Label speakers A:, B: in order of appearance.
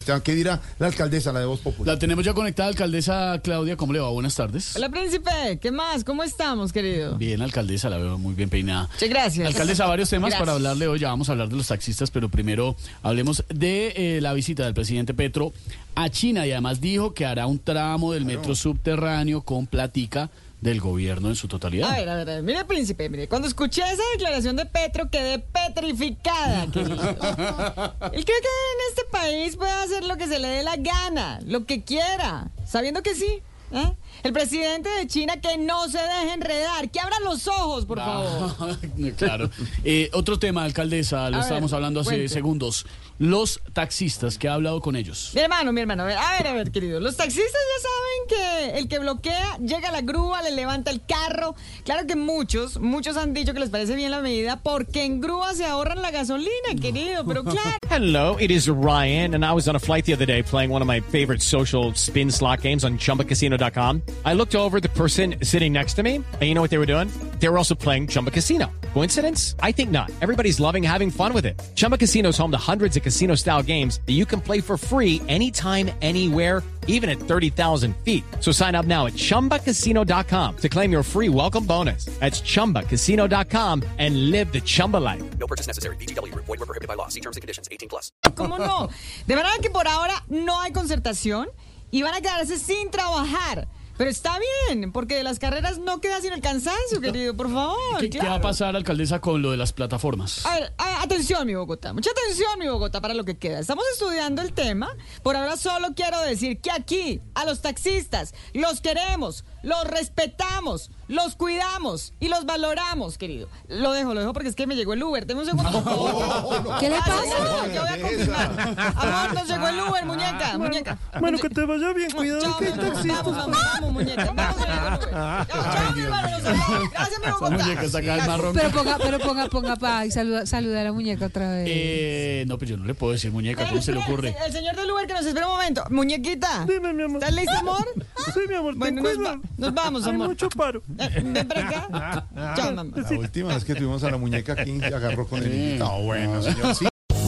A: Esteban, ¿Qué dirá la alcaldesa, la de Voz Popular?
B: La tenemos ya conectada, alcaldesa Claudia, ¿cómo le va? Buenas tardes.
C: Hola, príncipe. ¿Qué más? ¿Cómo estamos, querido?
B: Bien, alcaldesa, la veo muy bien peinada.
C: Muchas gracias.
B: Alcaldesa, varios temas
C: Gracias.
B: para hablarle hoy. Ya vamos a hablar de los taxistas, pero primero hablemos de eh, la visita del presidente Petro a China y además dijo que hará un tramo del metro subterráneo con platica del gobierno en su totalidad.
C: A ver, a ver, a ver. Mire, príncipe, mire. Cuando escuché esa declaración de Petro, quedé petrificada, querido. Él cree que en este país puede hacer lo que se le dé la gana, lo que quiera, sabiendo que sí. ¿eh? El presidente de China que no se deje enredar, que abra los ojos, por favor.
B: Ah, claro. Eh, otro tema, alcaldesa, lo
C: A ver,
B: estábamos hablando hace
C: cuente.
B: segundos. Los taxistas, que ha hablado con ellos?
C: Mi hermano, mi hermano. A ver, a ver, a ver, querido. Los taxistas ya saben que el que bloquea llega a la grúa, le levanta el carro. Claro que muchos, muchos han dicho que les parece bien la medida porque en grúa se ahorran la gasolina, querido. Pero claro.
D: Hello, it is Ryan, and I was on a flight the other day playing one of my favorite social spin slot games on chumbacasino.com. I looked over at the person sitting next to me, and you know what they were doing? They were also playing Chumba Casino. Coincidence? I think not. Everybody's loving having fun with it. Chumba Casino is home to hundreds of casino style games that you can play for free anytime, anywhere, even at 30,000 feet. So sign up now at chumbacasino.com to claim your free welcome bonus. That's chumbacasino.com and live the Chumba life.
E: No purchase necessary. BGW. Void were prohibited by law. See terms and conditions. 18 plus.
C: ¿Cómo no? De manera que por ahora no hay concertación y van a quedarse sin trabajar. Pero está bien, porque de las carreras no queda sino el cansancio, querido, por favor.
B: ¿Qué, qué va a
C: claro.
B: pasar, alcaldesa, con lo de las plataformas?
C: A ver, a- atención mi Bogotá, mucha atención mi Bogotá para lo que queda. Estamos estudiando el tema. Por ahora solo quiero decir que aquí a los taxistas los queremos, los respetamos, los cuidamos y los valoramos, querido. Lo dejo, lo dejo porque es que me llegó el Uber. Deme un segundo. por favor.
F: ¿Qué le
C: Ah,
F: pasa?
C: señor, Yo voy a confirmar. Amor, nos llegó el Uber, muñeca, muñeca.
G: Bueno, que te vaya bien, cuidado,
C: Chao,
G: que hay
C: mi hermano.
G: taxistas.
C: Vamos, vamos, vamos, muñeca. Vamos, nos llegó el Uber. Chao, chao, mi hermano, nos vemos. Gracias, mi Bogotá.
B: Muñeca, saca el marrón.
H: Pero ponga, pero ponga, ponga pa y saluda, saluda a la muñeca otra vez.
B: Eh, no, pero yo no le puedo decir muñeca, ¿cómo se le ocurre?
C: El señor del Uber que nos espera un momento. Muñequita.
G: Dime, mi amor.
C: ¿Estás lista, amor?
G: Sí, mi amor,
C: Bueno,
G: te
C: nos, va- nos vamos,
G: Hay
C: amor.
G: mucho paro.
C: Eh, Ven para acá. Chao, mamá.
A: La última vez que tuvimos a la muñeca King que agarró con el invitado. bueno, señor. Sí,